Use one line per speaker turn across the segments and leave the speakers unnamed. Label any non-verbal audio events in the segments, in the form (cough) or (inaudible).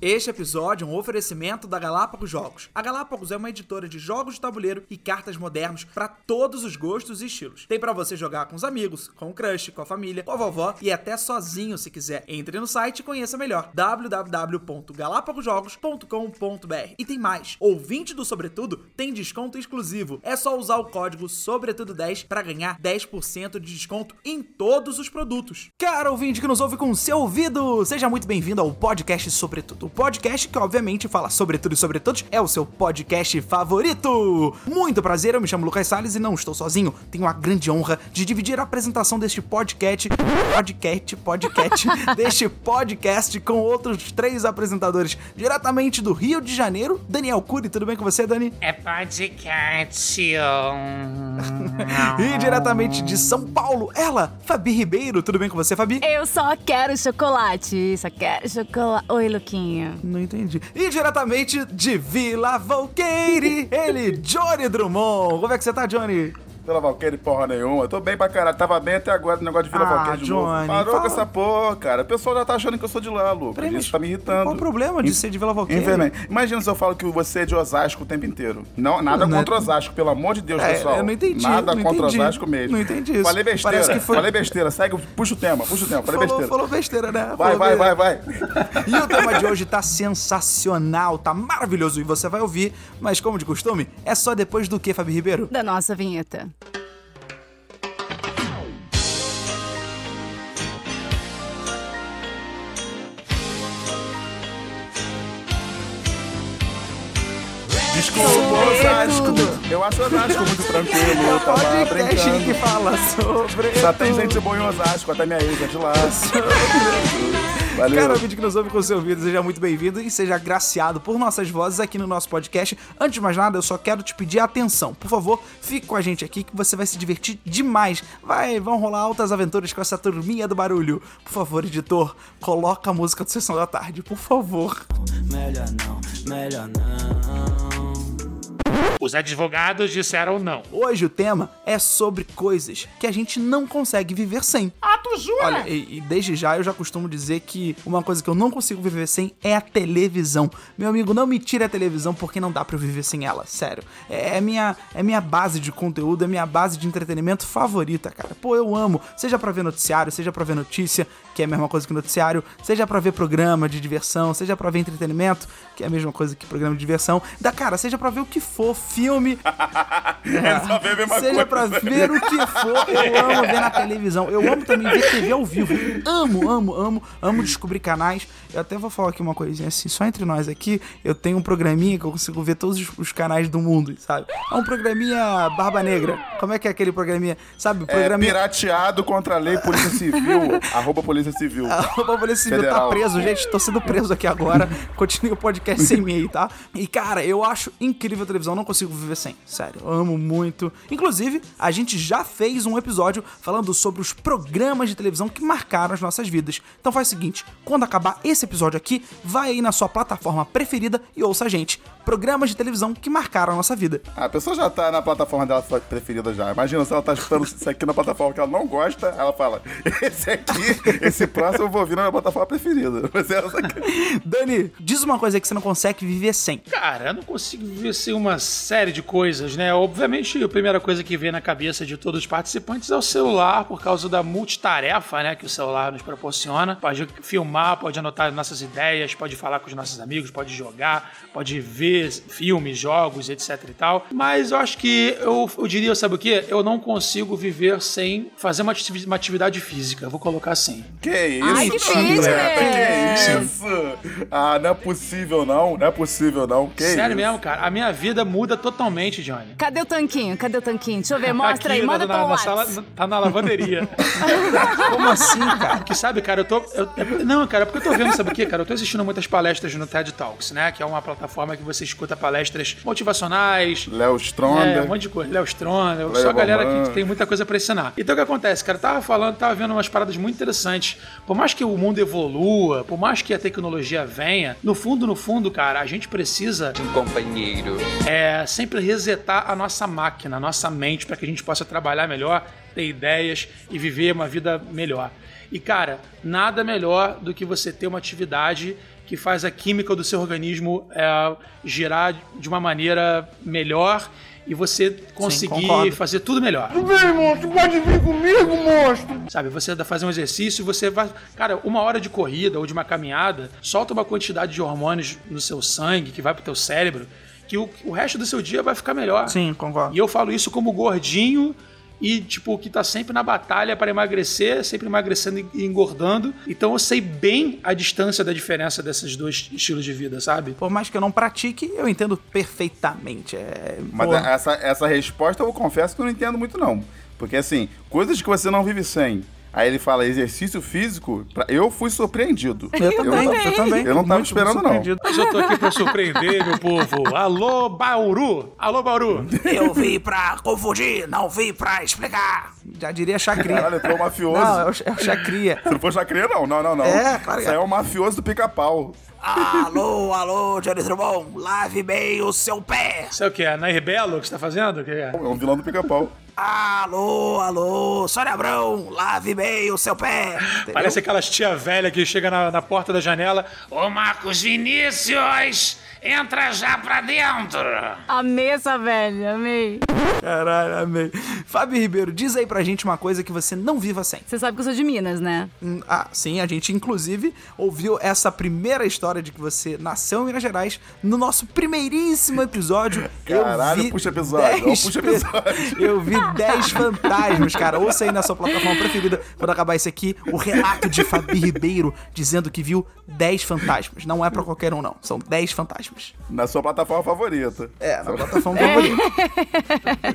Este episódio é um oferecimento da Galápagos Jogos. A Galápagos é uma editora de jogos de tabuleiro e cartas modernos para todos os gostos e estilos. Tem para você jogar com os amigos, com o crush, com a família, com a vovó e até sozinho se quiser. Entre no site e conheça melhor www.galapagosjogos.com.br. E tem mais, ouvinte do Sobretudo tem desconto exclusivo. É só usar o código SOBRETUDO10 para ganhar 10% de desconto em todos os produtos. Cara ouvinte que nos ouve com o seu ouvido, seja muito bem-vindo ao podcast Sobretudo. O podcast que, obviamente, fala sobre tudo e sobre todos, é o seu podcast favorito! Muito prazer, eu me chamo Lucas Salles e não estou sozinho. Tenho a grande honra de dividir a apresentação deste podcast. Podcast, podcast, (laughs) deste podcast com outros três apresentadores diretamente do Rio de Janeiro. Daniel Cury, tudo bem com você, Dani?
É podcast. (laughs)
E diretamente de São Paulo, ela, Fabi Ribeiro. Tudo bem com você, Fabi?
Eu só quero chocolate, só quero chocolate. Oi, Luquinho.
Não entendi. E diretamente de Vila Valqueire, ele, Johnny Drummond. Como é que você tá, Johnny?
Vila Valqueira e porra nenhuma. Eu tô bem pra caralho. Tava bem até agora no negócio de Vila
Ah,
Valqueira de
Johnny,
novo. Parou
fala.
com essa porra, cara. O pessoal já tá achando que eu sou de lá, Lucas.
Peraí, mas
Isso tá me
Qual o
irritando.
problema de ser de Vila Valqueira?
Infelizmente. Imagina se eu falo que você é de Osasco o tempo inteiro. Não, nada
Não, né?
contra Osasco, pelo amor de Deus,
É,
pessoal.
eu não entendi,
Nada
não
contra
entendi.
Osasco mesmo.
Não entendi isso.
Falei besteira.
Parece que foi-
Falei besteira. Segue, puxa o tema, puxa o tema. Falei
falou,
besteira.
falou besteira, né?
Vai,
Falou
vai,
besteira.
vai, vai.
E o tema de hoje tá sensacional, tá maravilhoso e você vai ouvir, mas como de costume, é só depois do que, Fabi Ribeiro?
Da nossa vinheta.
Desculpa, Osasco. Eu acho Osasco muito tranquilo. Eu tava
podcast que
brincando.
fala sobre.
Só tem
tudo.
gente boa em Osasco, até minha ex é de lá. Valeu.
Cara, vídeo que nos ouve com seu ouvido, seja muito bem-vindo e seja agraciado por nossas vozes aqui no nosso podcast. Antes de mais nada, eu só quero te pedir atenção. Por favor, fique com a gente aqui que você vai se divertir demais. Vai, vão rolar altas aventuras com essa turminha do barulho. Por favor, editor, coloca a música do Sessão da Tarde, por favor.
Melhor não, melhor não.
Os advogados disseram não.
Hoje o tema é sobre coisas que a gente não consegue viver sem.
Ah, tu jura?
Olha, e, e desde já eu já costumo dizer que uma coisa que eu não consigo viver sem é a televisão. Meu amigo, não me tire a televisão porque não dá pra eu viver sem ela, sério. É, é minha, é minha base de conteúdo, é minha base de entretenimento favorita, cara. Pô, eu amo. Seja pra ver noticiário, seja pra ver notícia, que é a mesma coisa que noticiário, seja pra ver programa de diversão, seja pra ver entretenimento, que é a mesma coisa que programa de diversão. Da cara, seja pra ver o que for, filme,
(laughs) Ele É, só vê a mesma
Seja
coisa.
pra ver o que for, eu amo ver na televisão. Eu amo também ver TV ao vivo. Amo, amo, amo, amo descobrir canais. Eu até vou falar aqui uma coisinha assim, só entre nós aqui, eu tenho um programinha que eu consigo ver todos os- os canais do mundo, sabe? É um programinha Barba Negra. Como é que é aquele programinha? Sabe, o
É,
programinha.
pirateado contra a lei Polícia Civil. arroba Polícia Civil.
(laughs) Arroba Polícia Civil tá
Federal.
preso, gente. Tô sendo preso aqui agora. (laughs) Continue o podcast sem mim aí, tá? E, cara, eu acho incrível a televisão. Não consigo viver sem. Sério, eu amo muito. Inclusive, a gente já fez um episódio falando sobre os programas de televisão que marcaram as nossas vidas. Então faz o seguinte: quando acabar esse episódio aqui, vai aí na sua plataforma preferida e ouça a gente. Programas de televisão que marcaram a nossa vida. (laughs)
A pessoa já tá na plataforma dela preferida já. Imagina se ela tá escutando isso aqui na plataforma que ela não gosta, ela fala: Esse aqui, esse próximo eu vou ouvir na minha plataforma preferida. (laughs) Mas ela só quer-
Dani, diz uma coisa aí que você não consegue viver sem.
Cara, eu não consigo viver sem uma série de coisas, né? Obviamente, a primeira coisa que vem na cabeça de todos os participantes é o celular, por causa da multitarefa, né? Que o celular nos proporciona. Pode filmar, pode anotar nossas ideias, pode falar com os nossos amigos, pode jogar, pode ver filmes, jogos, etc e tal. Mas eu acho que eu, eu diria, sabe o quê? Eu não consigo viver sem fazer uma, ativi- uma atividade física. Eu Vou colocar assim.
Que isso,
Ai, que
André? Que
fitness!
isso? Ah, não é possível não. Não é possível não. Que
Sério
isso?
mesmo, cara. A minha vida muda totalmente, Johnny.
Cadê o tanquinho? Cadê o tanquinho? Deixa eu
(laughs)
ver,
Tá
mostra
aqui
aí,
na-
manda
na-
pra um
na
lá.
sala- Tá na
(laughs)
lavanderia.
Como assim, cara?
que sabe, cara, eu tô. eu- eu- não, cara, é porque eu tô vendo, sabe o quê, cara? Eu tô assistindo muitas palestras no TED Talks, né? Que é uma plataforma que você escuta palestras motivacionais.
Léo
É,
Stronda.
um monte de coisa. Léo Stronda, só
Léo
a galera
Bambam.
que tem muita coisa pra ensinar. Então o que acontece, cara? Eu tava falando, tava vendo umas paradas muito interessantes. Por mais que o mundo evolua, por mais que a tecnologia venha, no fundo, no fundo, cara, a gente precisa
companheiro.
é sempre resetar a nossa máquina, a nossa mente, para que a gente possa trabalhar melhor, ter ideias e viver uma vida melhor. E, cara, nada melhor do que você ter uma atividade que faz a química do seu organismo é, girar de uma maneira melhor e você conseguir
concordo.
fazer tudo melhor.
Vem, monstro, pode vir comigo, monstro.
Sabe, você dá- faz um exercício, você vai. Cara, uma hora de corrida ou de uma caminhada, solta uma quantidade de hormônios no seu sangue que vai pro teu cérebro, que o, o resto do seu dia vai ficar melhor.
Sim, concordo.
E eu falo isso como gordinho e, tipo, que tá sempre na batalha para emagrecer, sempre emagrecendo e engordando. Então eu sei bem a distância da diferença desses dois estilos de vida, sabe?
Por mais que eu não pratique, eu entendo perfeitamente. É,
Mas
pô,
essa, essa resposta eu confesso que eu não entendo muito, não. Porque assim, coisas que você não vive sem. Aí ele fala exercício físico, pra- eu fui surpreendido.
Eu também,
não-
eu também.
Eu não tava
Muito
esperando, não.
surpreendido.
Mas eu tô aqui pra surpreender, meu povo. Alô, Bauru! Alô, Bauru!
Eu vim pra confundir, não vim pra explicar. Já diria chacrinha.
Caralho, entrou um mafioso.
Não, é o, é o chacrinha.
Se não for chacrinha, não, não, não, não.
É, claro que
Isso aí é o mafioso do pica-pau.
alô, alô, Johnny Drummond, lave bem o seu pé.
Sabe o que é? Nair Belo que você tá fazendo? O que é?
É um vilão do pica-pau.
Alô, alô, Sônia Abrão, lave bem o seu pé.
Parece aquelas tia velha que chega na, na porta da janela. Ô Marcos Vinícius, entra já pra dentro.
Amei essa velha, amei.
Caralho, amei. Fábio Ribeiro, diz aí pra gente uma coisa que você não viva sem.
Você sabe que eu sou de Minas, né?
Hum, Ah, sim, a gente inclusive ouviu essa primeira história de que você nasceu em Minas Gerais no nosso primeiríssimo
(laughs)
episódio.
Caralho,
eu vi
puxa episódio, ó,
dez
puxa
pe-
episódio.
Eu vi
(laughs)
10 fantasmas, cara. Ouça aí na sua plataforma preferida, quando acabar isso aqui, o relato de Fabi Ribeiro dizendo que viu 10 fantasmas. Não é pra qualquer um, não. São 10 fantasmas.
Na sua plataforma favorita.
É, na plataforma favorita.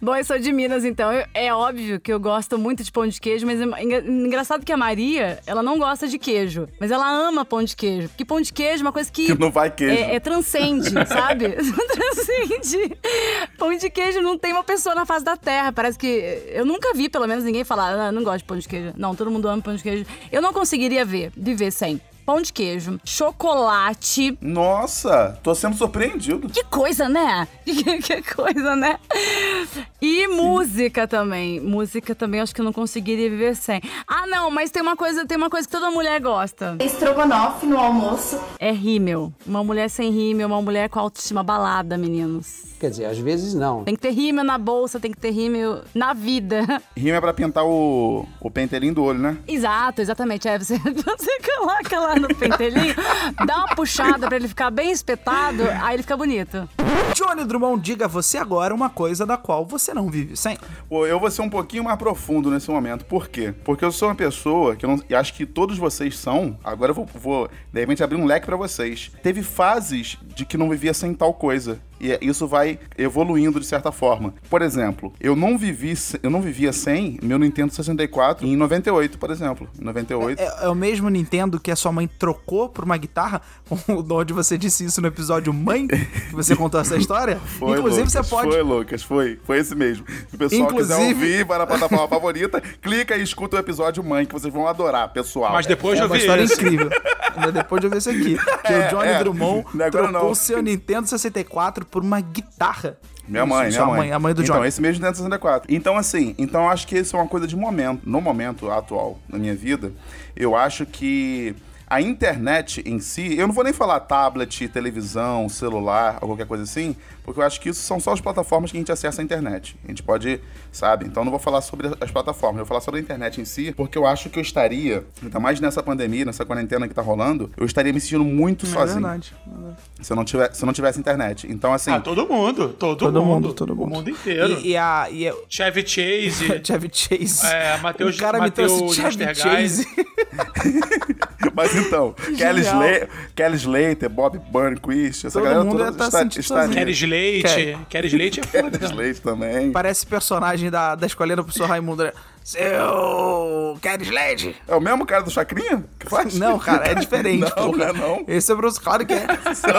Bom, eu sou de Minas, então eu- é óbvio que eu gosto muito de pão de queijo, mas é engra- engraçado que a Maria, ela não gosta de queijo, mas ela ama pão de queijo. Porque pão de queijo é uma coisa que.
Que não vai queijo.
É, é
(laughs)
transcende, sabe? (laughs) transcende. Pão de queijo não tem uma pessoa na face da terra. Parece que. Eu nunca vi, pelo menos, ninguém falar, ah, não gosto de pão de queijo. Não, todo mundo ama pão de queijo. Eu não conseguiria ver, viver sem. Pão de queijo, chocolate,
Nossa, tô sendo surpreendido.
que coisa, né? (laughs) Que, que coisa, né? E música também. Música também acho que eu não conseguiria viver sem. Ah, não, mas tem uma coisa, tem uma coisa que toda mulher gosta.
Estrogonofe no almoço.
É rímel. Uma mulher sem rímel, uma mulher com autoestima balada, meninos.
Quer dizer, às vezes não.
Tem que ter rímel na bolsa, tem que ter rímel na vida. (laughs)
Rima é pra pintar o, o penteirinho do olho, né?
Exato, exatamente. É, você, (laughs) você coloca lá no pentelinho, dá uma puxada pra ele ficar bem espetado, aí ele fica bonito.
Johnny Drummond, diga você agora uma coisa da qual você não vive sem.
Pô, eu vou ser um pouquinho mais profundo nesse momento. Por quê? Porque eu sou uma pessoa que eu não, e acho que todos vocês são. Agora eu vou, vou, de repente, abrir um leque pra vocês. Teve fases de que não vivia sem tal coisa. E é- isso vai evoluindo de certa forma. Por exemplo, eu não vivi, se- eu não vivia sem meu Nintendo 64 em 98, por exemplo. Em 98.
É, é o mesmo Nintendo que a sua mãe trocou por uma guitarra, (laughs) onde você disse isso no episódio Mãe, que você contou essa história.
(laughs) Foi,
Inclusive,
Lucas,
você pode.
Foi, Lucas, foi. Foi esse mesmo. Se o pessoal
Inclusive-
quiser ouvir, vai na plataforma (laughs) favorita, clica e escuta o episódio Mãe, que vocês vão adorar, pessoal.
Mas depois
É
eu
uma
vi
história
isso.
incrível. Mas depois de eu ver isso
(laughs)
aqui. Que
É,
o Johnny
é.
Drummond
Não é agora
trocou
não.
o seu Nintendo 64 por uma guitarra.
Minha mãe,
Sua
minha mãe.
A mãe do
Então,
Johnny.
esse mesmo 64. Então, assim, então eu acho que isso é uma coisa de momento. No momento atual na minha vida, eu acho que a internet em si, eu não vou nem falar tablet, televisão, celular ou qualquer coisa assim, porque eu acho que isso são só as plataformas que a gente acessa a internet. A gente pode, sabe? Então eu não vou falar sobre as plataformas, eu vou falar sobre a internet em si, porque eu acho que eu estaria, ainda mais nessa pandemia, nessa quarentena que tá rolando, eu estaria me sentindo muito
É
sozinho
verdade.
se eu, não tiver, se eu não tivesse internet. Então, assim.
Ah, todo mundo, todo,
Todo
mundo,
mundo, todo mundo.
O mundo inteiro.
E, e a. E a
Chevy Chase.
(laughs) Chevy Chase.
É, Mateus-
o cara me
Mateus
trouxe Chevy
Nastergaard.
Chase. (laughs)
Mas então, Kelly, Sla Kelly Slater, Bob Burnquist, essa
Todo
galera
mundo
toda
ia tá
está,
sentindo
está
sozinho.
Kelly
ali.
Slate.
Kelly.
Kelly Slate é foda.
Kelly Slater também.
Parece personagem da, da escolha do professor Raimundo. né? Seu. Queres Lady?
É o mesmo cara do Chacrinha? que faz?
Não,
(laughs)
cara, é (laughs) diferente,
não,
porra.
Não, é não.
Esse é o Bruce, claro que é. (laughs)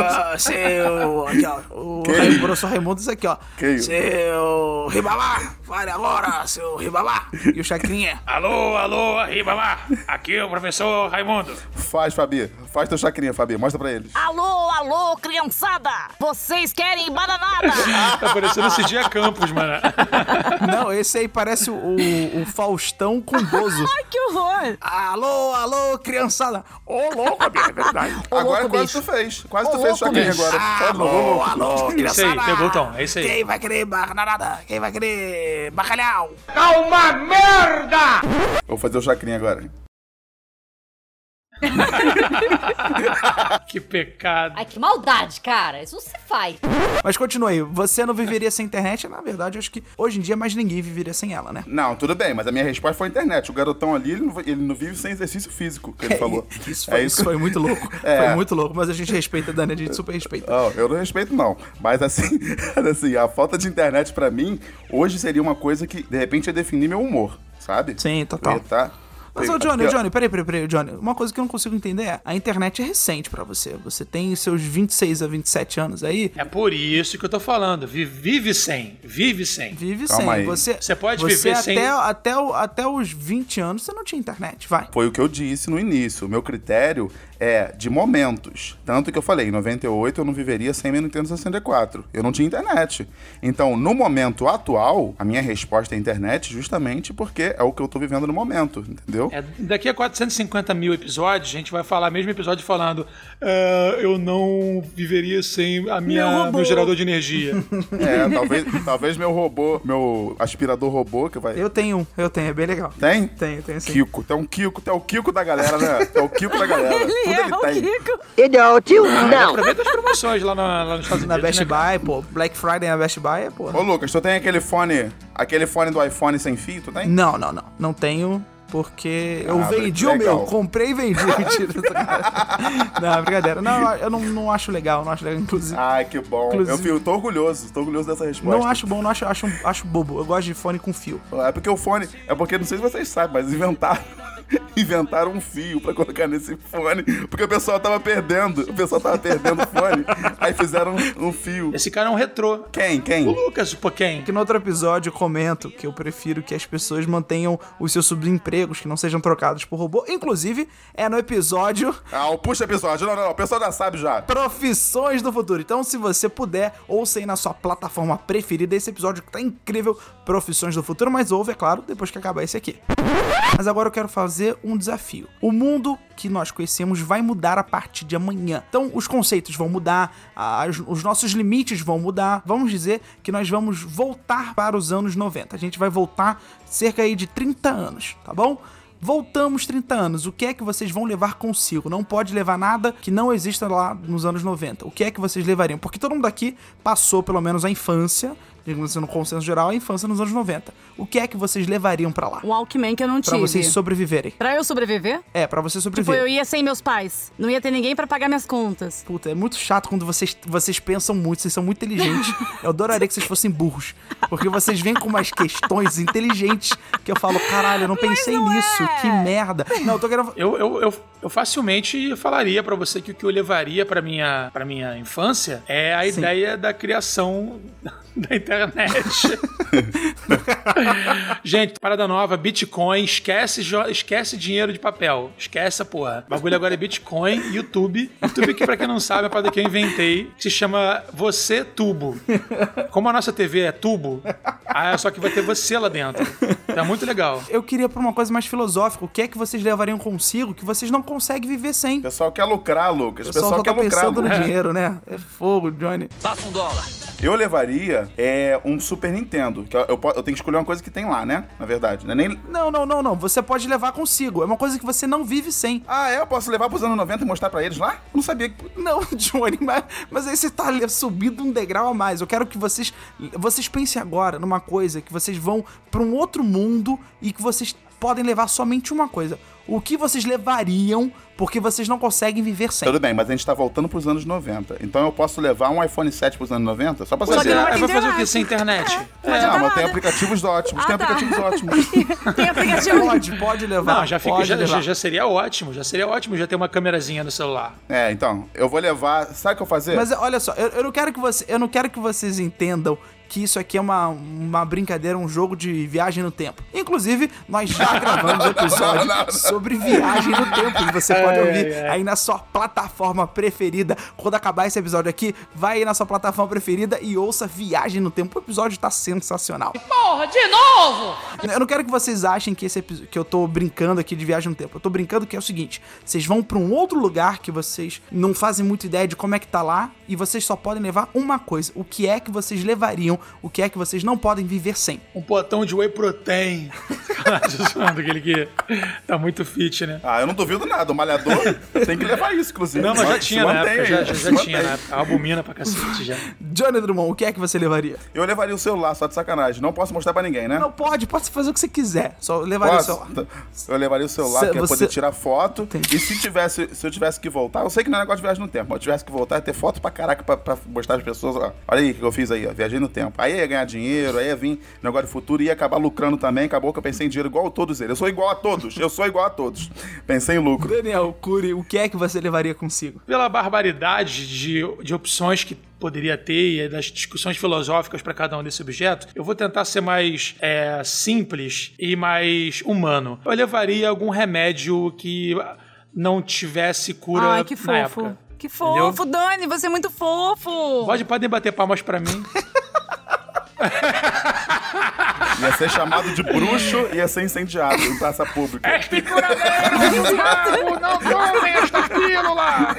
Ah, seu. Aqui, ó. O
Que
Raim-
isso?
professor Raimundo, isso aqui, ó.
Que isso?
Seu. Ribalá, fale agora, seu Ribalá. E o Chacrinha.
alô, alô, Ribamar. Aqui é o professor Raimundo.
Faz, Fabi. Faz teu Chacrinha, Fabi. Mostra pra eles.
Alô,
Alô, criançada! Vocês
(laughs)
querem bananada?
Tá parecendo esse dia Campos, (laughs) mano.
(laughs) Não, esse aí parece o, o- o Faustão com Bozo.
Ai, que horror!
Alô, alô, criançada. Ô, louco, amigo, é (laughs) verdade.
Agora
louco,
quase
bicho.
tu fez. Quase tu
Ô,
fez
louco,
Chacrinha
bicho.
agora. Tá
Alô,
bom.
alô,
Isso aí,
criançada.
pegou o tom, é isso aí.
Quem vai querer bananada? Quem vai querer bacalhau?
Tá uma merda!
Vou fazer o Chacrinha agora.
Que pecado.
Ai, É que maldade, cara. Isso não se faz.
Mas continua aí, você não viveria sem internet? Na verdade, acho que hoje em dia mais ninguém viveria sem ela, né?
Não, tudo bem, mas a minha resposta foi a internet. O garotão ali, ele não, ele não vive sem exercício físico,
(laughs)
que ele falou.
Isso foi,
É
isso foi muito louco.
(laughs) É. Ah,
Foi muito louco, mas a gente respeita, Dani, a gente super respeita.
Não, eu não respeito, não. Mas assim, (laughs) assim, a falta de internet pra mim, hoje seria uma coisa que, de repente, ia definir meu humor, sabe?
Sim, total.
Eu ia tá-
Mas,
eu-
ô, Johnny,
eu-
Johnny, peraí, peraí, peraí, Johnny. Uma coisa que eu não consigo entender é, a internet é recente pra você. Você tem seus 26 a 27 anos aí,
É por isso que eu tô falando. Vi- Vive sem. Vive sem.
vive
Calma
sem.
aí.
Você,
Você pode
você
viver
até,
sem-
Até, o- até os 20 anos você não tinha internet, vai.
Foi o que eu disse no início. O meu critério é de momentos. Tanto que eu falei, em 98 eu não viveria sem meu Nintendo 64. Eu não tinha internet. Então, no momento atual, a minha resposta é internet justamente porque é o que eu tô vivendo no momento, entendeu?
É, daqui a 450 mil episódios, a gente vai falar mesmo episódio falando "É, eu não viveria sem a minha,
Meu robô."
meu, gerador de
(laughs)
energia.
É, talvez, talvez meu robô, meu aspirador robô que vai...
Eu tenho um, eu tenho, é bem legal.
Tem?
Tenho, tenho sim.
Kiko, tem um Kiko, tem o Kiko da galera, né? Tem o Kiko
(laughs)
da galera.
Ele é
Tudo tá
o
ele tem.
Kiko.
Aproveita as promoções lá, na, lá nos Estados
Na
Unidos.
Best
né, cara?
Buy, pô. Black Friday na Best Buy é, pô.
Ô Lucas, tu tem aquele fone, aquele fone do iPhone sem fio, tu tem?
Não, não, não. Não tenho, porque eu
Ah,
vendi o
legal.
meu. Comprei e vendi. (laughs) Mentira. não, brincadeira. Não, eu não, não acho legal, não acho legal, inclusive.
Ai, que bom. Eu,
Inclusive-
fio, tô orgulhoso, tô orgulhoso dessa resposta.
Não acho bom, não acho, acho, acho bobo. Eu gosto de fone com fio.
É porque o fone. É porque não sei se vocês sabem, mas inventaram. (laughs) Inventaram um fio pra colocar nesse fone. Porque o pessoal tava perdendo. O pessoal tava perdendo
(laughs)
o fone. Aí fizeram um, um fio.
Esse cara é um retrô.
Quem?
O
Quem?
Lucas, pô, quem?
Que no outro episódio eu comento que eu prefiro que as pessoas mantenham os seus subempregos, que não sejam trocados por robô. Inclusive, é no episódio (laughs)
Ah, o puxa episódio. Não, não, não. O pessoal já sabe já.
Profissões do Futuro. Então, se você puder, ouça aí na sua plataforma preferida esse episódio que tá incrível, Profissões do Futuro, mas ouve, é claro, depois que acabar esse aqui. Mas agora eu quero fazer um desafio. O mundo que nós conhecemos vai mudar a partir de amanhã. Então, os conceitos vão mudar, as- os nossos limites vão mudar. Vamos dizer que nós vamos voltar para os anos 90. A gente vai voltar cerca aí de 30 anos, tá bom? Voltamos 30 anos. O que é que vocês vão levar consigo? Não pode levar nada que não exista lá nos anos 90. O que é que vocês levariam? Porque todo mundo aqui passou pelo menos a infância, digamos assim, no consenso geral, a infância nos anos 90. O que é que vocês levariam pra lá?
Um Walkman que eu não
Pra
tive.
vocês sobreviverem.
Pra eu sobreviver?
É, pra você
Tipo, eu
sobreviver.
ia sem meus pais. Não ia ter ninguém pra pagar minhas contas.
Puta, é muito chato quando vocês, vocês pensam muito, vocês são muito
(laughs)
inteligentes. Eu adoraria que vocês fossem burros. Porque vocês vêm com umas questões inteligentes que eu falo, caralho, eu não pensei
não
nisso,
é.
que merda. Não, eu tô querendo.
Eu, eu, eu, eu facilmente falaria pra você que o que eu levaria pra minha, pra minha infância é a ideia da criação (laughs) da internet. Gente, parada nova, Bitcoin, esquece, jo- esquece dinheiro de papel. Esquece a porra. O bagulho agora é Bitcoin, YouTube. YouTube que, pra quem não sabe, é uma parada que eu inventei, que se chama Você Tubo. Como a nossa TV é tubo, ah, só que vai ter você lá dentro. Tá muito legal.
Eu queria pra uma coisa mais filosófica. O que é que vocês levariam consigo que vocês não conseguem viver sem?
O pessoal quer lucrar, Lucas.
O
O
pessoal
pessoal
só
quer
tá
lucrar.
pensando no
Lucas.
dinheiro, né? É fogo, Johnny.
Passa um dólar.
Eu levaria é, um Super Nintendo. Que eu, eu po- eu tenho que escolher uma coisa que tem lá, né? Na verdade. Não é nem.
Não, não, não, não. Você pode levar consigo. É uma coisa que você não vive sem.
Ah, é? Eu posso levar pros anos 90 e mostrar pra eles lá? Eu não sabia que.
Não, (laughs) Johnny, mas, mas aí você tá ali subindo um degrau a mais. Eu quero que vocês vocês pensem agora numa coisa que vocês vão pra um outro mundo e que vocês podem levar somente uma coisa. O que vocês levariam porque vocês não conseguem viver sem?
Tudo bem, mas a gente tá voltando pros anos 90. Então eu posso levar um iPhone 7 pros anos 90? Só pra
Só que
saber. É,
não é, vai
tem
fazer o
internet.
quê sem internet? (laughs)
Mas já
não,
tá
mas tem
nada.
aplicativos ótimos.
Ah,
tem
tá.
aplicativos ótimos.
Tem aplicativo.
(laughs) Pode, pode levar.
Não, já, fica,
pode
já,
levar.
já- já seria ótimo, já seria ótimo já ter uma câmerazinha no celular.
É,
é-
então, eu vou levar. Sabe o que eu vou fazer?
Mas olha só, eu, eu não quero que você, eu não quero que vocês entendam que isso aqui é uma, uma brincadeira, um jogo de viagem no tempo. Inclusive, nós já gravamos um episódio sobre viagem no tempo, que você pode
Ai,
ouvir
ai, ai.
aí na sua plataforma preferida. Quando acabar esse episódio aqui, vai aí na sua plataforma preferida e ouça Viagem no Tempo. O episódio tá sensacional.
Porra, de novo!
Eu não quero que vocês achem que esse episódio, que eu tô brincando aqui de viagem no tempo. Eu tô brincando que é o seguinte: vocês vão pra um outro lugar que vocês não fazem muita ideia de como é que tá lá e vocês só podem levar uma coisa. O que é que vocês levariam? O que é que vocês não podem viver sem?
Um potão de whey (laughs) protein. Zoando aquele que tá muito fit, né?
Ah, eu não duvido nada. O malhador tem que levar isso, inclusive.
Não, mas já
Se
tinha na
mantém
época, já,
aí,
já,
se
já
mantém.
tinha né? na época. Albumina pra cacete já.
Johnny Drummond, o que é que você levaria?
Eu levaria o celular, só de sacanagem. Não posso mostrar pra ninguém, né?
Não pode, pode fazer o que você quiser. Só levaria
Posso?
o celular.
(laughs) Eu levaria o celular
Cê-
pra
você-
poder tirar foto.
Entendi.
E se tivesse, se eu tivesse que voltar, eu sei que não é negócio de viagem no tempo, mas eu tivesse que voltar, ia ter foto pra caraca pra, pra mostrar as pessoas. ó, olha aí o que eu fiz aí, ó, viajei no tempo. Aí ia ganhar dinheiro, aí ia vir negócio de futuro, ia acabar lucrando também. Acabou que eu pensei em dinheiro igual a todos eles. Eu sou igual a todos, eu sou igual a todos. Pensei em lucro.
Daniel Cury, o que é que você levaria consigo?
Pela barbaridade de, de opções que poderia ter e das discussões filosóficas pra cada um desse objeto, eu vou tentar ser mais é, simples e mais humano. Eu levaria algum remédio que não tivesse cura
Ai, que
na
fofo.
época.
Que
Entendeu?
fofo, Dani, você é muito fofo.
Pode, podem bater palmas pra mim.
Ia ser chamado de bruxo e ia ser incendiado em praça pública.
não tomem esta pílula!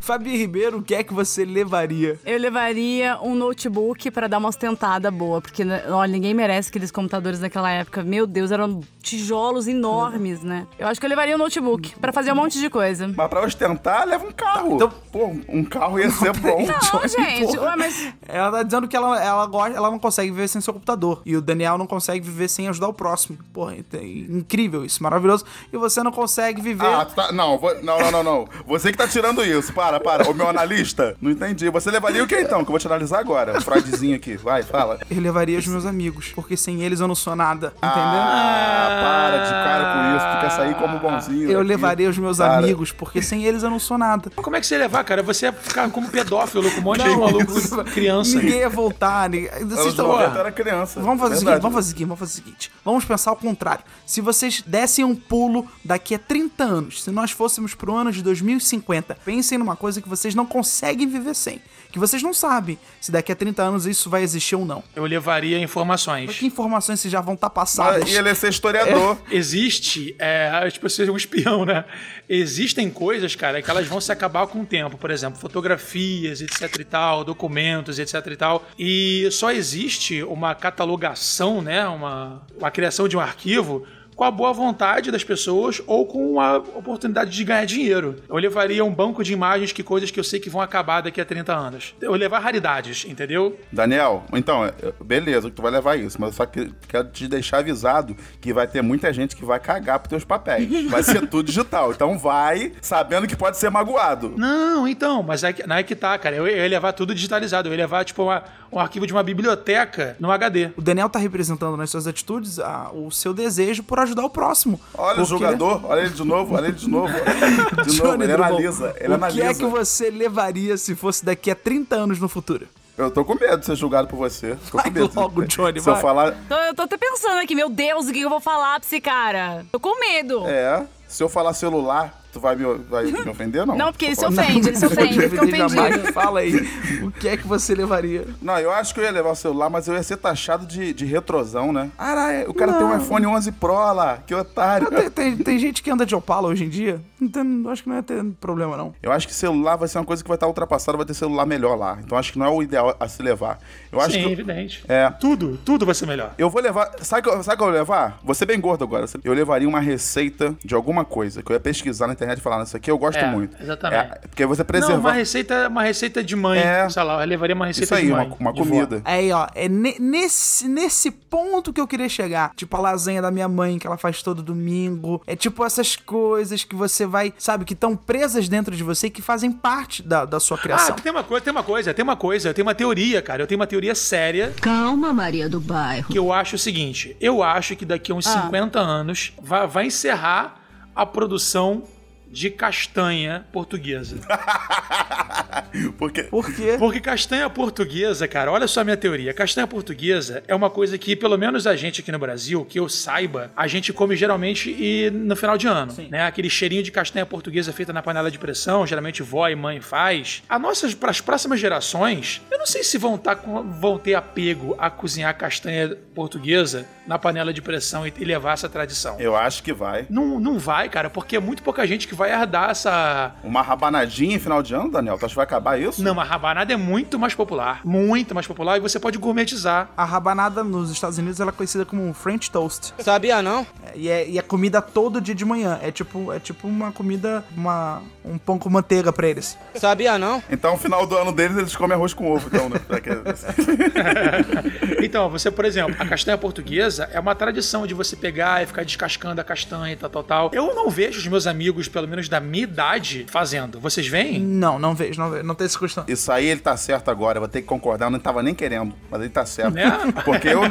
Fabi Ribeiro, o que é que você levaria?
Eu levaria um notebook pra dar uma ostentada boa, porque, né, olha, ninguém merece aqueles computadores daquela época. Meu Deus, eram tijolos enormes, né? Eu acho que eu levaria um notebook pra fazer um monte de coisa.
Mas pra ostentar, leva um carro.
Então-
Pô, um carro ia ser bom.
Não, gente,
porra.
ué, mas
Ela tá dizendo que ela, ela, gosta, ela não consegue viver sem seu computador. E o Daniel não consegue viver sem ajudar o próximo. Porra, é é incrível isso, maravilhoso. E você não consegue viver.
Ah, tá. Não, vo- não, não, não, não. Você que tá tirando isso. Para, para. O meu analista. Não entendi. Você levaria o que então? Que eu vou te analisar agora. O Freudzinho aqui. Vai, fala.
Eu levaria os meus amigos, porque sem eles eu não sou nada, entendeu?
Ah, para de cara com isso. Tu quer sair como bonzinho.
eu
aqui.
levaria os meus
Para.
amigos, porque sem eles eu não sou nada.
(laughs) Como é que você ia levar, cara? Você ia ficar como pedófilo com um monte de
Não,
maluco criança.
Ninguém ia voltar. Ninguém... Vocês
Anos
estão-
90 era criança.
Vamos fazer o seguinte,
Verdade. né?
vamos fazer o seguinte, vamos fazer o seguinte. Vamos pensar ao contrário. Se vocês dessem um pulo daqui a 30 anos, se nós fôssemos pro ano de 2050, pensem numa coisa que vocês não conseguem viver sem. Que vocês não sabem se daqui a 30 anos isso vai existir ou não.
Eu levaria
Mas
informações.
que informações vocês já vão estar
Ah,
passadas?
E ele ia ser historiador.
Existe, é, tipo, seja um espião, né? Existem coisas, cara, que elas vão se acabar com o tempo. Por exemplo, fotografias, etc e tal, documentos, etc e tal. E só existe uma catalogação, né? Uma, uma criação de um arquivo com a boa vontade das pessoas ou com a oportunidade de ganhar dinheiro. Eu levaria um banco de imagens que coisas que eu sei que vão acabar daqui a 30 anos. Eu levar raridades, entendeu?
Daniel, então, é, beleza, tu vai levar isso, mas eu só que, quero te deixar avisado que vai ter muita gente que vai cagar pros teus papéis. Vai ser tudo digital. Então vai sabendo que pode ser magoado.
Não, então, mas aí, que- aí que tá, cara. Eu, eu ia levar tudo digitalizado. Eu ia levar, tipo, uma- um arquivo de uma biblioteca no HD.
O Daniel tá representando nas suas atitudes a- o seu desejo por ajudar o próximo.
Olha o
Porque- né,
jogador, olha ele de novo, olha ele
(laughs)
de novo. De novo,
Johnny
ele
Drummond,
analisa, ele
o que
analisa.
é que você levaria se fosse daqui a 30 anos no futuro?
Eu tô com medo de ser julgado por você. Tô
Vai
com medo.
logo, Johnny,
Se
vai.
eu falar.
tô- eu tô até pensando aqui, meu Deus, o que eu vou falar pra esse cara? Tô com medo.
É. Se eu falar celular, tu vai me, vai
(laughs)
me ofender, não?
Não, porque ele se
Eu falo-
(laughs)
ofende, ele se ofende, ele fica
Ele jamais
ofendido.
Fala aí, o que é que você levaria?
Não, eu acho que eu ia levar o celular, mas eu ia ser taxado de, de retrosão, né? Caralho, o cara tem um iPhone 11 Pro lá, que otário.
Tem, tem- tem gente que anda de Opala hoje em dia. Então, acho que não ia ter problema, não.
Eu acho que celular vai ser uma coisa que vai estar ultrapassada, vai ter celular melhor lá. Então acho que não é o ideal a se levar. Eu acho
Sim,
que.
evidente.
É.
Tudo, tudo vai ser melhor.
Eu vou levar. Sabe o que, eu- sabe o que eu vou levar? Vou ser bem gordo agora. Eu levaria uma receita de alguma coisa que eu ia pesquisar na internet e falar, "Não, isso aqui eu gosto
É,
muito.
exatamente.
É, porque você
Não, uma
preservar.
receita, uma receita de mãe.
É.
Sei lá, eu levaria uma
isso
receita
aí,
de
uma,
mãe.
uma
de vó.
comida.
Aí, ó, é ne- nesse, nesse ponto que eu queria chegar. Tipo a lasanha da minha mãe, que ela faz todo domingo. É tipo essas coisas que você vai, sabe, que estão presas dentro de você e que fazem parte da, da sua
Ah,
criação.
tem uma coisa, tem uma coisa, tem uma coisa, eu tenho uma teoria, cara. Eu tenho uma teoria séria
Calma, Maria do Bairro. Ah.
que eu acho o seguinte: eu acho que daqui a uns 50 anos vai, vai encerrar a produção de castanha portuguesa.
(laughs) Porque.
Por quê?
Porque castanha portuguesa, cara, olha só a minha teoria. Castanha portuguesa é uma coisa que, pelo menos a gente aqui no Brasil, que eu saiba, a gente come geralmente e no final de ano. Né? Aquele cheirinho de castanha portuguesa feita na panela de pressão, geralmente vó e mãe faz. A nossas, para as próximas gerações, eu não sei se vão, tá com- vão ter apego a cozinhar castanha portuguesa na panela de pressão e, e levar essa tradição.
Eu acho que vai.
Não, não vai, cara, porque é muito pouca gente que vai herdar essa,
Uma rabanadinha em final de ano, Daniel? Tu acha que vai acabar isso?
Não, a rabanada é muito mais popular. Muito mais popular e você pode
(laughs)
gourmetizar.
A rabanada nos Estados Unidos ela é conhecida como French toast.
Sabia não?
E é, e é comida todo dia de manhã. É tipo, é tipo uma comida, uma, um pão com manteiga pra eles.
Sabia não?
Então, no final do ano deles, eles comem arroz com ovo, então, né? Pra que-
Então, você, por exemplo, a castanha portuguesa é uma tradição de você pegar e ficar descascando a castanha e tal, tal, tal. Eu não vejo os meus amigos, pelo menos da minha idade, fazendo. Vocês veem?
Não, não vejo, não vejo. Não tem essa questão.
Isso aí ele tá certo agora, eu vou ter que concordar, eu não tava nem querendo, mas ele tá certo.
Né?
Porque eu,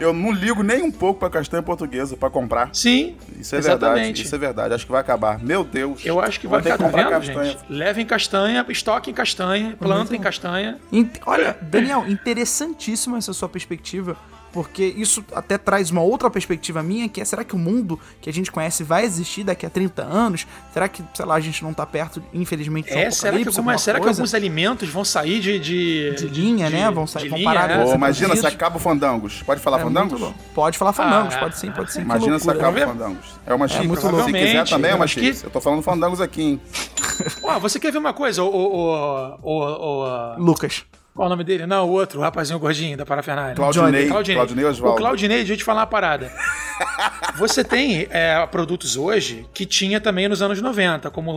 eu não ligo nem um pouco pra castanha portuguesa pra comprar.
Sim.
Isso é
exatamente.
verdade, isso é verdade. Acho que vai acabar. Meu Deus.
Eu acho que
Vou
vai
ter
ficar, tá vendo,
castanha.
gente? Levem castanha, estoquem castanha, plantem
então.
castanha.
Int- Olha, Daniel, interessantíssima essa sua perspectiva, porque isso até traz uma outra perspectiva minha, que é será que o mundo que a gente conhece vai existir daqui a 30 anos? Será que, sei lá, a gente não tá perto, infelizmente, de um
É, será, que,
apocalipse,
alguma-
alguma
será que
coisa?
alguns alimentos vão sair de... De,
De linha, né? Vão sair-
de
vão
linha,
parar
é.
de-
Pô, imagina se
Produzidos.
acaba o Fandangos. Pode falar
É muito
Fandangos?
bom. Pode falar fandangos,
Ah.
pode sim, pode sim. que
Imagina se
loucura.
acaba o
Vamos ver?
Fandangos. É uma chique.
muito louco.
se quiser também é uma
Acho que-
chique. Eu tô falando Fandangos aqui, hein?
Ó, você quer ver uma coisa? O, o, o, o- o-
né? Lucas.
Qual o nome dele? Não, o outro, o rapazinho gordinho da parafernália.
Claudinei.
Johnny.
Claudinei Oswaldo.
O Claudinei, deixa eu te falar uma
(laughs)
parada. Você tem é, produtos hoje que tinha também nos anos 90, como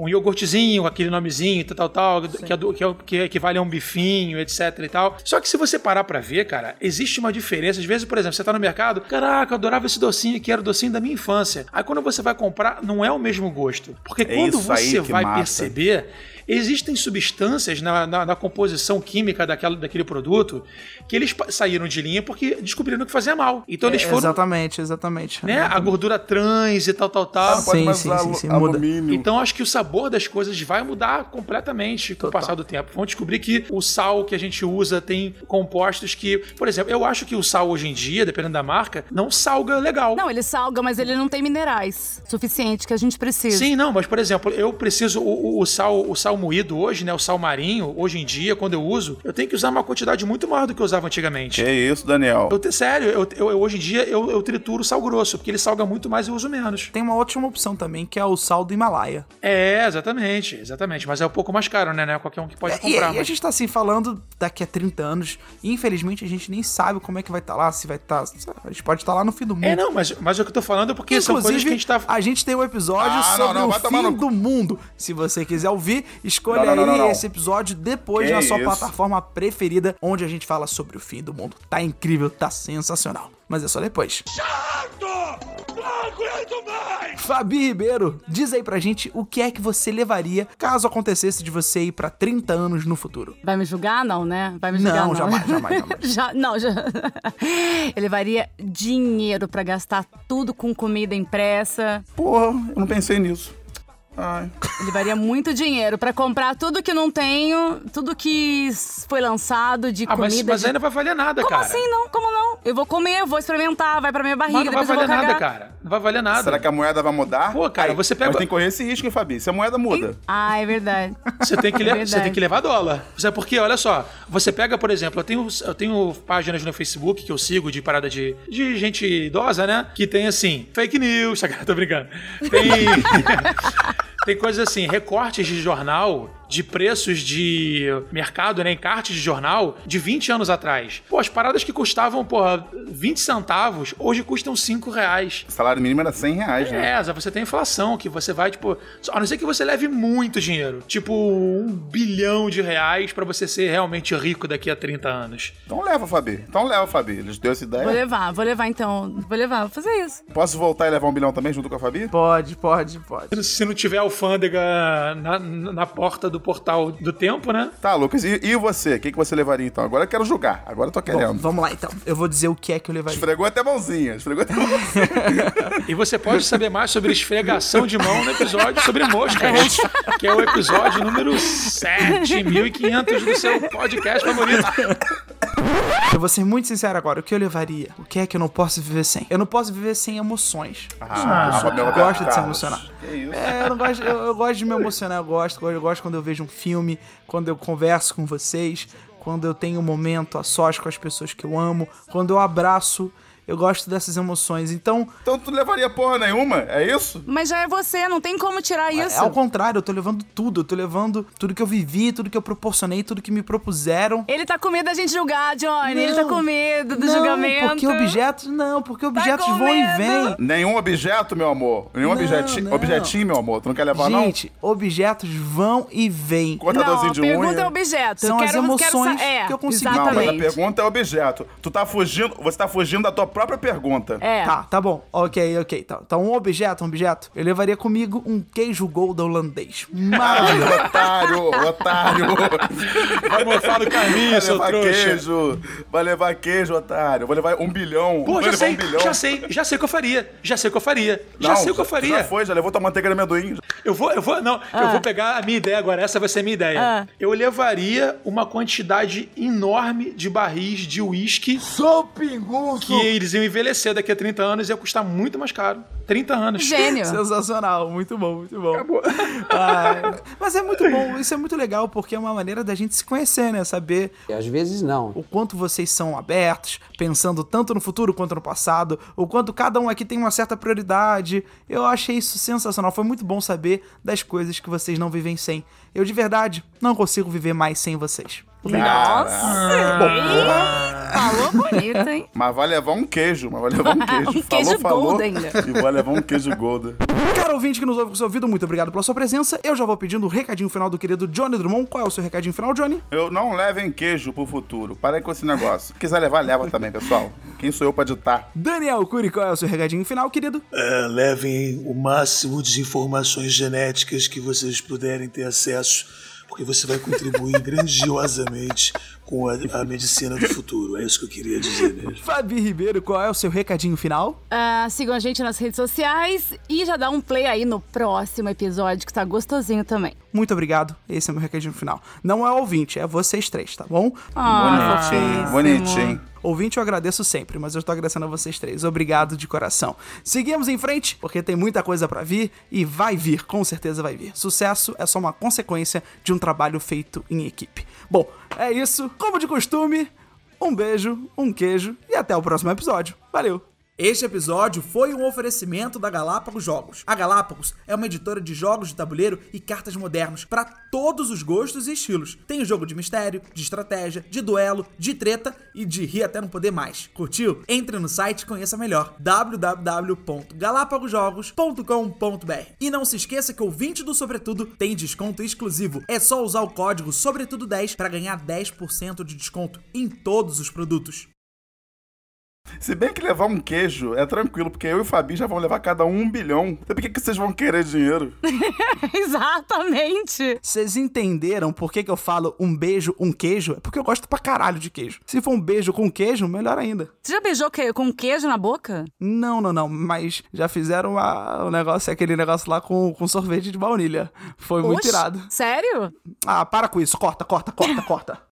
um, um iogurtezinho, aquele nomezinho, tal, tal, tal, que, é do- que, é o- que equivale a um bifinho, etc e tal. Só que se você parar pra ver, cara, existe uma diferença. Às vezes, por exemplo, você tá no mercado, caraca, eu adorava esse docinho que era o docinho da minha infância. Aí quando você vai comprar, não é o mesmo gosto. Porque
É
quando
isso aí
você
que
vai
mata.
perceber perceber, existem substâncias na, na- na composição química daquela, daquele produto que eles pa- saíram de linha porque descobriram que fazia mal. Então eles foram,
Exatamente, É, exatamente. Tá
né, a gordura trans e tal, tal, tal.
Não Ah, pode
sim,
mais
sim,
usar
sim, sim,
alu-
muda.
alumínio.
Então acho que o sabor das coisas vai mudar completamente com o
Total.
passar do tempo. Vão descobrir que o sal que a gente usa tem compostos que, por exemplo, eu acho que o sal hoje em dia, dependendo da marca, não salga legal.
Não, ele salga, mas ele não tem minerais suficiente que a gente precisa.
Sim, não, mas por exemplo, eu preciso o, o- o sal, o sal moído hoje, né, o sal marinho, hoje em dia quando eu uso, eu tenho que usar uma quantidade muito maior do que eu usava antigamente.
É.
Que isso, Daniel.
Eu te- sério, eu, eu- eu- hoje em dia eu, eu trituro o sal grosso, porque ele salga muito mais e eu uso menos.
Tem uma ótima opção também, que é o sal do Himalaia.
É, exatamente, exatamente. Mas é um pouco mais caro, né? né? Qualquer um que
É,
pode
E,
comprar.
e a
mas-
gente tá assim falando daqui a 30 anos, e infelizmente a gente nem sabe como é que vai estar lá, se vai estar. a gente pode estar lá no fim do mundo.
É, não, mas, mas o que eu tô falando é porque são coisas que a
Inclusive,
gente tá.
tem um episódio
Ah,
sobre
não, não,
o
vai tomar
fim
no cu.
do mundo. Se você quiser ouvir, escolha
Não, não, não,
aí
não, não.
esse episódio depois
Que
na sua
isso.
plataforma preferida, onde a gente fala sobre o fim do mundo. Tá incrível, tá sensacional. Mas é só depois. Fabi Ribeiro, diz aí pra gente o que é que você levaria caso acontecesse de você ir pra 30 anos no futuro.
Vai me julgar? Não, né? Vai me julgar? Não,
Não, jamais,
(laughs)
jamais, jamais.
Já- não, já. Eu levaria dinheiro pra gastar tudo com comida impressa.
Porra, eu não pensei nisso. Ai.
Eu levaria muito dinheiro pra comprar tudo que não tenho, tudo que foi lançado de
Ah, mas,
comida.
mas
de-
aí não vai valer nada,
Como
cara.
assim não? Como não? Eu vou comer, eu vou experimentar, vai pra minha barriga,
Mas não vai
depois eu
valer
vou cagar.
nada, cara. Não vai valer nada.
Será que a moeda vai mudar?
Pô, cara, você pega-
Mas tem que correr esse risco, hein, Fabi? Se a moeda muda.
Ah, é verdade.
Você tem que, le-
Verdade.
você tem que levar dólar. Sabe por quê? Olha só. Você pega, por exemplo, eu tenho, eu tenho páginas no Facebook que eu sigo de parada de, de gente idosa, né? Que tem assim, fake news, (laughs) sacanagem, tô brincando. Tem. (laughs) Tem coisas assim, recortes de jornal, de preços de mercado, né? Encartes de jornal de 20 anos atrás. Pô, as paradas que custavam, porra, 20 centavos, hoje custam 5 reais.
O salário mínimo era 100 reais, né?
É, Zé, você tem inflação, que você vai, tipo. A não ser que você leve muito dinheiro. Tipo, um bilhão de reais pra você ser realmente rico daqui a 30 anos.
Então leva, Fabi. Então leva, Fabi. Eles deu essa
Vou
ideia.
levar, vou levar então. Vou levar, vou fazer isso.
Posso voltar e levar um bilhão também junto com a Fabi?
Pode, pode, pode.
Se não tiver alfândega na, na porta do portal do tempo, né?
Tá, Lucas, e, e você? O que, que você levaria então? Agora eu quero julgar, agora eu tô
Bom,
querendo.
vamos lá então. Eu vou dizer o que é que eu levaria.
Esfregou até a mãozinha, esfregou até a mãozinha.
E você pode saber mais sobre esfregação de mão no episódio sobre moscas, que é o episódio número 7500 do seu podcast favorito.
Eu vou ser muito sincero agora. O que eu levaria? O que é que eu não posso viver sem? Eu não posso viver sem emoções.
Ah,
eu sou uma pessoa
Roberto
que gosta de se
Carlos.
emocionar.
Que isso?
É, eu, não gosto, eu, eu gosto de me emocionar, eu gosto, eu gosto quando eu vejo um filme, quando eu converso com vocês, quando eu tenho um momento a sós com as pessoas que eu amo, quando eu abraço, eu gosto dessas emoções. Então,
Então tu levaria porra nenhuma? É isso?
Mas já é você, não tem como tirar isso.
É ao contrário, eu tô levando tudo, eu tô levando tudo que eu vivi, tudo que eu proporcionei, tudo que me propuseram.
Ele tá com medo da gente julgar, Johnny. ele tá
Não.
com medo do
não,
julgamento. Tá
Porque objetos. Não, porque objetos
com
vão e
medo.
vêm.
Nenhum objeto, meu amor. Nenhum
Não,
objeti-
não.
objetinho, meu amor. Tu não quer levar,
Gente, objetos vão e vêm.
Não,
não? Cortadorzinho
a
de
pergunta é
unha.
objeto.
São
eu
as
quero, quero
emoções
sa- é,
que eu consegui.
Não, mas a
Exatamente.
pergunta é objeto. Tu tá fugindo, você tá fugindo da tua própria pergunta.
É.
Tá, tá bom. Ok, ok. Tá. Então, um objeto, um objeto. Eu levaria comigo um queijo Golda holandês. Maravilhoso.
Ah, otário, otário.
Vai mofar no caminho, seu
Vai levar
trouxa.
queijo. Vai levar queijo, otário. Vou levar um bilhão.
Pô,
Vou
já
levar um
sei,
bilhão.
já sei, já sei o que eu faria, já sei o que eu faria, já
Não,
sei o que eu
Já
faria.
foi, já levou tua manteiga de amendoim.
Eu vou, eu vou, não, eu vou pegar a minha ideia agora, essa vai ser a minha ideia.
Ah.
Eu levaria uma quantidade enorme de barris de uísque
Sou pinguço.
que eles iam envelhecer daqui a 30 anos e ia custar muito mais caro. 30 anos.
Gênio.
Sensacional, muito bom, muito bom. (laughs) Ah, mas é muito bom, isso é muito legal, porque é uma maneira da gente se conhecer, né? Saber
Às vezes não.
o quanto vocês são abertos, pensando tanto no futuro quanto no passado, o quanto cada um aqui tem uma certa prioridade. Eu achei isso sensacional, foi muito bom saber das coisas que vocês não vivem sem. Eu de verdade não consigo viver mais sem vocês.
Nossa! Falou bonito, hein?
Mas vai levar um queijo, mas vai levar
(laughs)
um queijo.
Um queijo
falou,
Golden.
falou, e vai levar um queijo golden.
Caro ouvinte que nos ouve com seu ouvido, muito obrigado pela sua presença. Eu já vou pedindo o recadinho final do querido Johnny Drummond. Qual é o seu recadinho final, Johnny?
Eu não levem queijo pro futuro. Parem com esse negócio. Se quiser levar, leva também, pessoal. Quem sou eu pra ditar?
Daniel Cury, qual é o seu recadinho final, querido?
É, levem o máximo de informações genéticas que vocês puderem ter acesso, porque você vai contribuir (laughs) grandiosamente com a, a medicina do futuro. É isso que eu queria dizer mesmo.
Fabi Ribeiro, qual é o seu recadinho final?
Ah, sigam a gente nas redes sociais e já dá um play aí no próximo episódio, que tá gostosinho também. (laughs)
Muito obrigado, esse é o meu recadinho final. Não é ouvinte, é vocês três, tá bom?
Ah,
bonitinho, bonitinho.
Ouvinte eu agradeço sempre, mas eu estou agradecendo a vocês três. Obrigado de coração. Seguimos em frente, porque tem muita coisa pra vir e vai vir, com certeza vai vir. Sucesso é só uma consequência de um trabalho feito em equipe. Bom, é isso. Como de costume, um beijo, um queijo e até o próximo episódio. Valeu!
Este episódio foi um oferecimento da Galápagos Jogos. A Galápagos é uma editora de jogos de tabuleiro e cartas modernos para todos os gostos e estilos. Tem jogo de mistério, de estratégia, de duelo, de treta e de rir até não poder mais. Curtiu? Entre no site e conheça melhor www.galapagosjogos.com.br. E não se esqueça que o 20 do Sobretudo tem desconto exclusivo. É só usar o código Sobretudo10 para ganhar 10% de desconto em todos os produtos.
Se bem que levar um queijo é tranquilo, porque eu e o Fabi já vão levar cada um um bilhão. Então por que, que vocês vão querer dinheiro?
Exatamente.
Vocês entenderam por que, que eu falo um beijo, um queijo? É porque eu gosto pra caralho de queijo. Se for um beijo com queijo, melhor ainda.
Você já beijou que- com queijo na boca?
Não, não, não, mas já fizeram a- o negócio, aquele negócio lá com, com sorvete de baunilha. Foi muito
Oxe,
irado.
Sério?
Ah, para com isso, corta, corta, corta, corta.